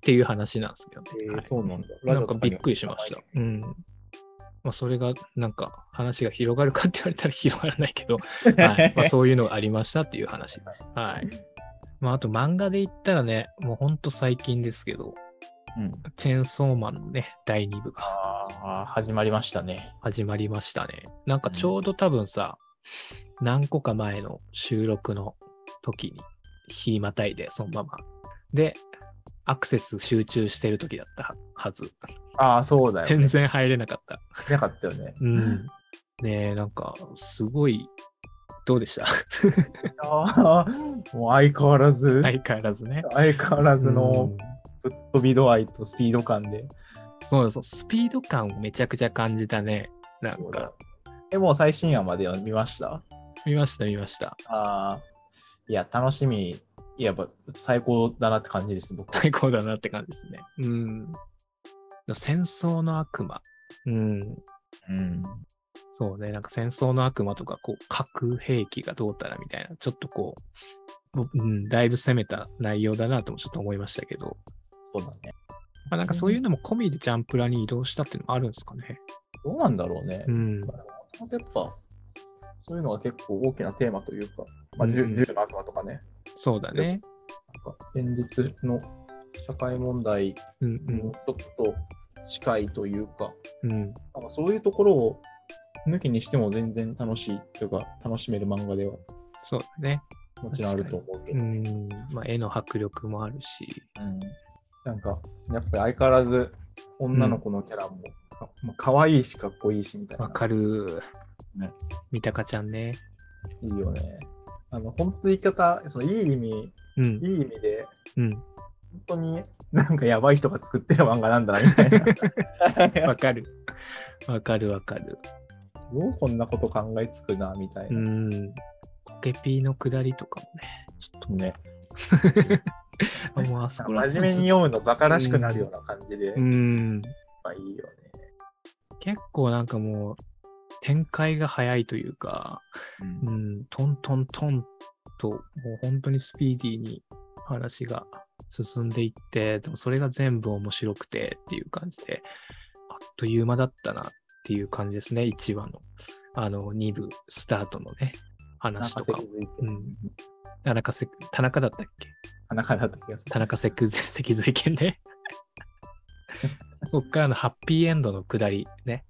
[SPEAKER 1] ていう話なんですけどね。
[SPEAKER 2] えー
[SPEAKER 1] はい
[SPEAKER 2] そうなんだ。
[SPEAKER 1] なんかびっくりしました。。うん。まあ、それが、なんか、話が広がるかって言われたら広がらないけ [LAUGHS] ど、はいまあ、そういうのがありましたっていう話です。はい。まあ、あと漫画で言ったらね、もうほんと最近ですけど、
[SPEAKER 2] うん、
[SPEAKER 1] チェーンソーマンのね、第2部が
[SPEAKER 2] ああ、始まりましたね。
[SPEAKER 1] 始まりましたね。なんかちょうど多分さ、何個か前の収録の時に、日またいで、そのまま。で、アクセス集中してる時だったはず。
[SPEAKER 2] ああ、そうだよ、
[SPEAKER 1] 全
[SPEAKER 2] ね。
[SPEAKER 1] 然入れなかった。
[SPEAKER 2] なかったよね。
[SPEAKER 1] うん。ねえ、なんか、すごい、どうでした
[SPEAKER 2] [LAUGHS] [LAUGHS] あーもう相変わらず、
[SPEAKER 1] 相変わらずね。
[SPEAKER 2] 相変わらず
[SPEAKER 1] う
[SPEAKER 2] の
[SPEAKER 1] ん
[SPEAKER 2] ぶっ飛び度合いとスピード感で。
[SPEAKER 1] そうそう、スピード感をめちゃくちゃ感じたね。なんか、
[SPEAKER 2] え、もう最新話までは見ました
[SPEAKER 1] 見ました、見ました。
[SPEAKER 2] ああ、いや、楽しみ。いややっぱ最高だなって感じです、僕は。
[SPEAKER 1] 最高だなって感じですね。うん。戦争の悪魔。うん。
[SPEAKER 2] うん。
[SPEAKER 1] そうね、なんか戦争の悪魔とか、こう、核兵器がどうたらみたいな、ちょっとこう、うん、だいぶ攻めた内容だなともちょっと思いましたけど、
[SPEAKER 2] そうだね。
[SPEAKER 1] まあ、なんかそういうのも込みでジャンプラに移動したっていうのもあるんですかね。
[SPEAKER 2] どうなんだろうね。
[SPEAKER 1] うん。
[SPEAKER 2] やっぱ、そういうのは結構大きなテーマというか、まあ、
[SPEAKER 1] うん
[SPEAKER 2] 銃
[SPEAKER 1] うん
[SPEAKER 2] 銃の悪魔とかね、
[SPEAKER 1] そうだね。
[SPEAKER 2] なんか現実の社会問題
[SPEAKER 1] うんう
[SPEAKER 2] に
[SPEAKER 1] ん
[SPEAKER 2] ちょっと近いというか、
[SPEAKER 1] うん、
[SPEAKER 2] なんかそういうところを抜きにしても全然楽しいというか、楽しめる漫画では
[SPEAKER 1] そうだね。
[SPEAKER 2] もちろんあると思うけ
[SPEAKER 1] う
[SPEAKER 2] ど、
[SPEAKER 1] ん、まあ、絵の迫力もあるし、
[SPEAKER 2] うんなんか、やっぱり相変わらず女の子のキャラも、かまあ可愛いしかっこいいしみたいな。
[SPEAKER 1] わかる。
[SPEAKER 2] ね
[SPEAKER 1] 三鷹ちゃんね。
[SPEAKER 2] いいよね。あの、本当に言い方、そのいい意味、
[SPEAKER 1] うん
[SPEAKER 2] い、い意味で、
[SPEAKER 1] うん、
[SPEAKER 2] 本当になんかやばい人が作ってる漫画なんだなみ
[SPEAKER 1] [LAUGHS]
[SPEAKER 2] たいな。
[SPEAKER 1] わかる。わかるわかる。
[SPEAKER 2] ようこんなこと考えつくなみたいうな。
[SPEAKER 1] ん。コケピーの下りとかも [LAUGHS] ね、ちょっ
[SPEAKER 2] ね、
[SPEAKER 1] と、あもうあそこら
[SPEAKER 2] 真面目に
[SPEAKER 1] よ。
[SPEAKER 2] 読むのバカらしくなるような感じで、
[SPEAKER 1] うん。
[SPEAKER 2] まあいいよね。
[SPEAKER 1] 結構なんかもう、展開が早いというか、うん、トントントンと、もう本当にスピーディーに話が進んでいって、でもそれが全部面白くてっていう感じで、あっという間だったなっていう感じですね、1話の。あの、2部スタートのね、
[SPEAKER 2] なん
[SPEAKER 1] 話
[SPEAKER 2] か
[SPEAKER 1] と
[SPEAKER 2] 脊
[SPEAKER 1] か
[SPEAKER 2] 髄
[SPEAKER 1] も。
[SPEAKER 2] って、
[SPEAKER 1] うん田中せ、田中だったっけ
[SPEAKER 2] 鼻からだった気がする。
[SPEAKER 1] 田中脊髄 [LAUGHS] 脊髄犬ね。こっからのハッピーエンドの下りね。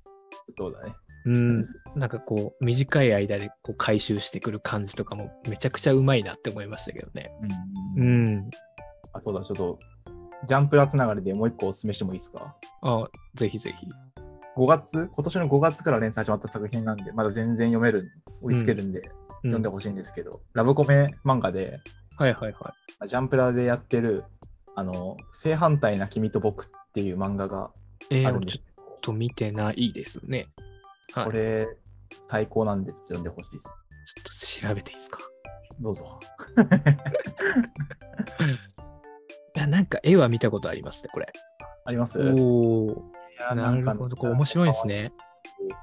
[SPEAKER 2] そうだね。
[SPEAKER 1] うん、なんかこう短い間でこう回収してくる感じとかもめちゃくちゃうまいなって思いましたけどね。
[SPEAKER 2] う
[SPEAKER 1] うんん。
[SPEAKER 2] あそうだ、ちょっと、ジャンプラつながりでもう一個おすすめしてもいいですか
[SPEAKER 1] あぜひぜひ。
[SPEAKER 2] 5月、今年の5月から連載始まった作品なんで、まだ全然読める、追いつけるんで、
[SPEAKER 1] う
[SPEAKER 2] 読んでほしいんですけど、ラブコメ漫画で、
[SPEAKER 1] はいはいは
[SPEAKER 2] ジャンプラでやってる、あの、正反対な君と僕っていう漫画が
[SPEAKER 1] い。え
[SPEAKER 2] あ
[SPEAKER 1] ー、
[SPEAKER 2] るん
[SPEAKER 1] 俺
[SPEAKER 2] で
[SPEAKER 1] ちょ
[SPEAKER 2] す
[SPEAKER 1] っ。と見てないですね。はい
[SPEAKER 2] これ、最高なんで読んでほしいです。
[SPEAKER 1] ちょっと調べていいですか。
[SPEAKER 2] どうぞ。
[SPEAKER 1] いやなんか絵は見たことありますね、これ。
[SPEAKER 2] あります
[SPEAKER 1] おお。
[SPEAKER 2] いや
[SPEAKER 1] なる
[SPEAKER 2] んか
[SPEAKER 1] ほど。これ面白いですね。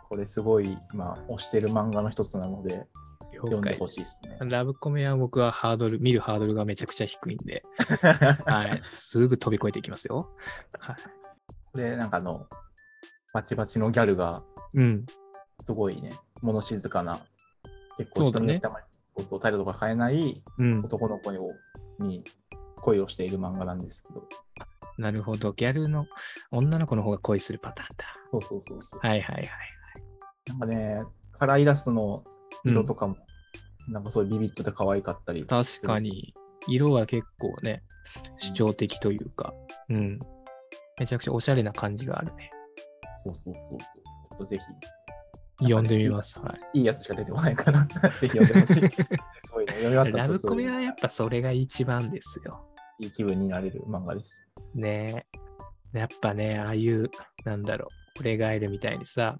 [SPEAKER 2] これすごい、まあ、推してる漫画の一つなので、読
[SPEAKER 1] 了
[SPEAKER 2] んで
[SPEAKER 1] 解
[SPEAKER 2] ほ
[SPEAKER 1] で。
[SPEAKER 2] しいですすね。
[SPEAKER 1] ラブコメは僕はハードル、見るハードルがめちゃくちゃ低いん [LAUGHS] で、はい、すぐ飛び越えていきますよ。はい。
[SPEAKER 2] これ、なんかあの、バチバチのギャルが
[SPEAKER 1] うん。
[SPEAKER 2] すごいね、物静かな、結
[SPEAKER 1] そ
[SPEAKER 2] 構
[SPEAKER 1] うだ
[SPEAKER 2] 人
[SPEAKER 1] ね
[SPEAKER 2] によってあまりこう態度とか変えない
[SPEAKER 1] うん。
[SPEAKER 2] 男の子をに恋をしている漫画なんですけど、
[SPEAKER 1] なるほど。ギャルの女の子の方が恋するパターンだ。
[SPEAKER 2] そうそうそうそう。
[SPEAKER 1] はいはいはい。
[SPEAKER 2] なんかね、カラーイラストの
[SPEAKER 1] うん
[SPEAKER 2] 色とかも、なんかそういうビビッとで可愛かったり。
[SPEAKER 1] 確か。に、色は結構ね、主張的というか、うん。めちゃくちゃおしゃれな感じがあるね。
[SPEAKER 2] そうそうそう。ちょっとぜひ。
[SPEAKER 1] 読んでみ
[SPEAKER 2] [LAUGHS]
[SPEAKER 1] ます。はい
[SPEAKER 2] いいやつしか出てこな
[SPEAKER 1] [LAUGHS]
[SPEAKER 2] いから、ぜひ読んでほしい。すごいね。読み終わった
[SPEAKER 1] い。
[SPEAKER 2] 後
[SPEAKER 1] ラブコメ
[SPEAKER 2] す
[SPEAKER 1] は
[SPEAKER 2] ごい
[SPEAKER 1] やっぱそれが一番ですよ。
[SPEAKER 2] いい気分になれる漫画です。
[SPEAKER 1] ねえ。やっぱね、ああいう、なんだろう、俺ガエルみたいにさ、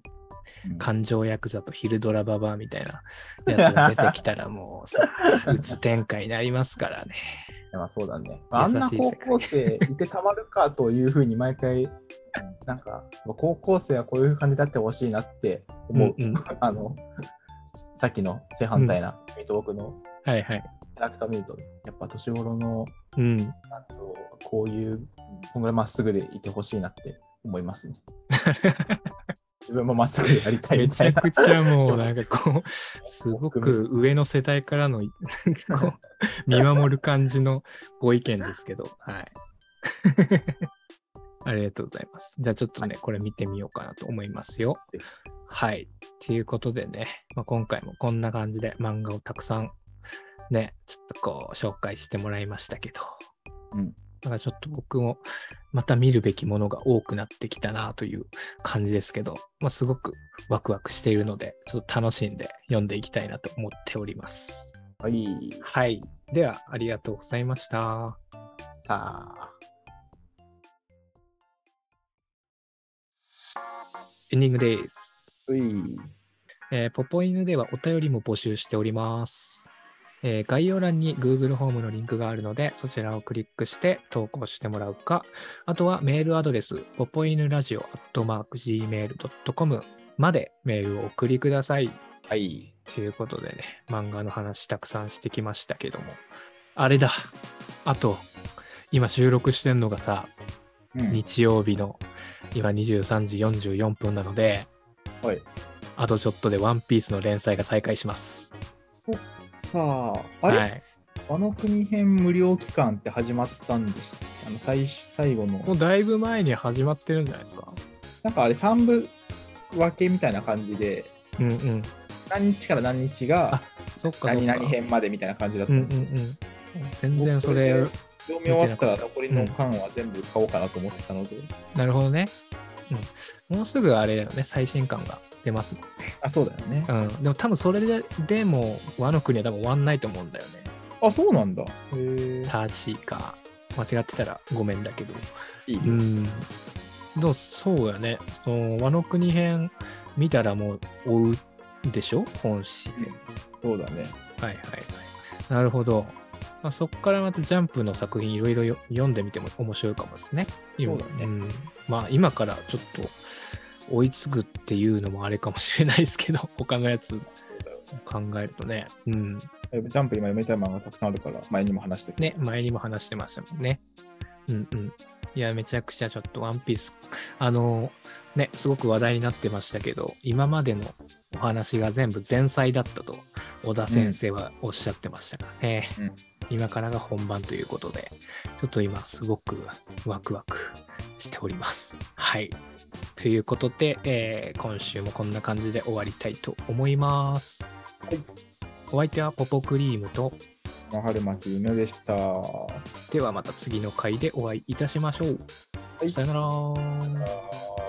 [SPEAKER 2] うん
[SPEAKER 1] 感情ヤクザとヒルドラババアみたいなやつが出てきたらもう
[SPEAKER 2] [LAUGHS]
[SPEAKER 1] さ、鬱展開になりますからね。
[SPEAKER 2] まあそうだね。
[SPEAKER 1] 界
[SPEAKER 2] あんな高校生いてたまるかというふうに毎回、なんか、高校生はこういう感じであってほしいなって思う。
[SPEAKER 1] うんうん
[SPEAKER 2] [LAUGHS] あの、さっきの正反対な、ミート僕の
[SPEAKER 1] はいはい。
[SPEAKER 2] キャラクター見ると、やっぱ年頃の、
[SPEAKER 1] うん。
[SPEAKER 2] なんとこういう、こんぐらいまっすぐでいてほしいなって思いますね。
[SPEAKER 1] [LAUGHS]
[SPEAKER 2] 自分もまっすぐでやりたい
[SPEAKER 1] め
[SPEAKER 2] み
[SPEAKER 1] ち
[SPEAKER 2] た
[SPEAKER 1] ゃ
[SPEAKER 2] いな
[SPEAKER 1] く。ちゃもうなんかこう、すごく上の世代からのなんかこう見守る感じのご意見ですけど、はい。 [LAUGHS] ありがとうございます。じゃあちょっとね、これ見てみようかなと思いますよ
[SPEAKER 2] ぜひ。
[SPEAKER 1] はい。ということでね、まあ、今回もこんな感じで漫画をたくさんね、ちょっとこう紹介してもらいましたけど、
[SPEAKER 2] うん
[SPEAKER 1] なんかちょっと僕もまた見るべきものが多くなってきたなという感じですけど、まあ、すごくワクワクしているので、ちょっと楽しんで読んでいきたいなと思っております。
[SPEAKER 2] はい。
[SPEAKER 1] はい。では、ありがとうございました。
[SPEAKER 2] さあ。
[SPEAKER 1] エンディングです。
[SPEAKER 2] うい。
[SPEAKER 1] えーポポイヌではお便りも募集しております。えー概要欄に Google ホームのリンクがあるので、そちらをクリックして投稿してもらうか、あとはメールアドレス、ポポイヌラジオ gmail.com までメールをお送りください。
[SPEAKER 2] はい。
[SPEAKER 1] ということでね、漫画の話たくさんしてきましたけども、あれだ、あと、今収録してんのがさ、
[SPEAKER 2] うん
[SPEAKER 1] 日曜日の今23時44分なので、
[SPEAKER 2] はい
[SPEAKER 1] あとちょっとでワンピースの連載が再開します。
[SPEAKER 2] そっか。あれ、
[SPEAKER 1] はい、
[SPEAKER 2] あの国編無料期間って始まったんでしたっけあの最最後
[SPEAKER 1] も
[SPEAKER 2] の、
[SPEAKER 1] うだいぶ前に始まってるんじゃないですか。
[SPEAKER 2] なんかあれ3部分けみたいな感じで、
[SPEAKER 1] うんうん。
[SPEAKER 2] 何日から何日が
[SPEAKER 1] あそっかそっか。
[SPEAKER 2] 何々編までみたいな感じだった
[SPEAKER 1] うんうんん
[SPEAKER 2] ですよ。
[SPEAKER 1] うん。全然それ、
[SPEAKER 2] 読み終わったら残りの巻は全部買おうかなと思ってたので、
[SPEAKER 1] なるほどね。うん。もうすぐあれだよね、最新刊が出ますもんね。
[SPEAKER 2] あ、そうだよね。
[SPEAKER 1] うん。でも多分それで、でも、和の国は多分終わんないと思うんだよね。
[SPEAKER 2] あ、そうなんだ。へえ。
[SPEAKER 1] 確か。間違ってたらごめんだけど。
[SPEAKER 2] いいよ
[SPEAKER 1] うん。でもそうやね。その和の国編見たらもう追うでしょ本誌で。
[SPEAKER 2] そうだね。
[SPEAKER 1] はいはいはい。なるほど。まあ、そこからまたジャンプの作品いろいろよ読んでみても面白いかもですね。今
[SPEAKER 2] そうだね
[SPEAKER 1] ん、まあ今からちょっと追いつぐっていうのもあれかもしれないですけど、他のやつ
[SPEAKER 2] そうだよ
[SPEAKER 1] 考えるとね。うん。
[SPEAKER 2] ねジャンプ今読みたい漫画たくさんあるから、前にも話して
[SPEAKER 1] ね、前にも話してましたもんね。うんうん。いや、めちゃくちゃちょっとワンピース、 [LAUGHS] あの、ね、すごく話題になってましたけど、今までのお話が全部前菜だったと、小田先生はおっしゃってましたからね。
[SPEAKER 2] うん
[SPEAKER 1] 今からが本番ということで、ちょっと今すごくワクワクしております。はい。ということで、えー今週もこんな感じで終わりたいと思います。
[SPEAKER 2] い
[SPEAKER 1] お相手はポポクリームと、
[SPEAKER 2] マハルマキ犬でした。あ
[SPEAKER 1] ではまた次の回でお会いいたしましょう。
[SPEAKER 2] い
[SPEAKER 1] さよなら。
[SPEAKER 2] ー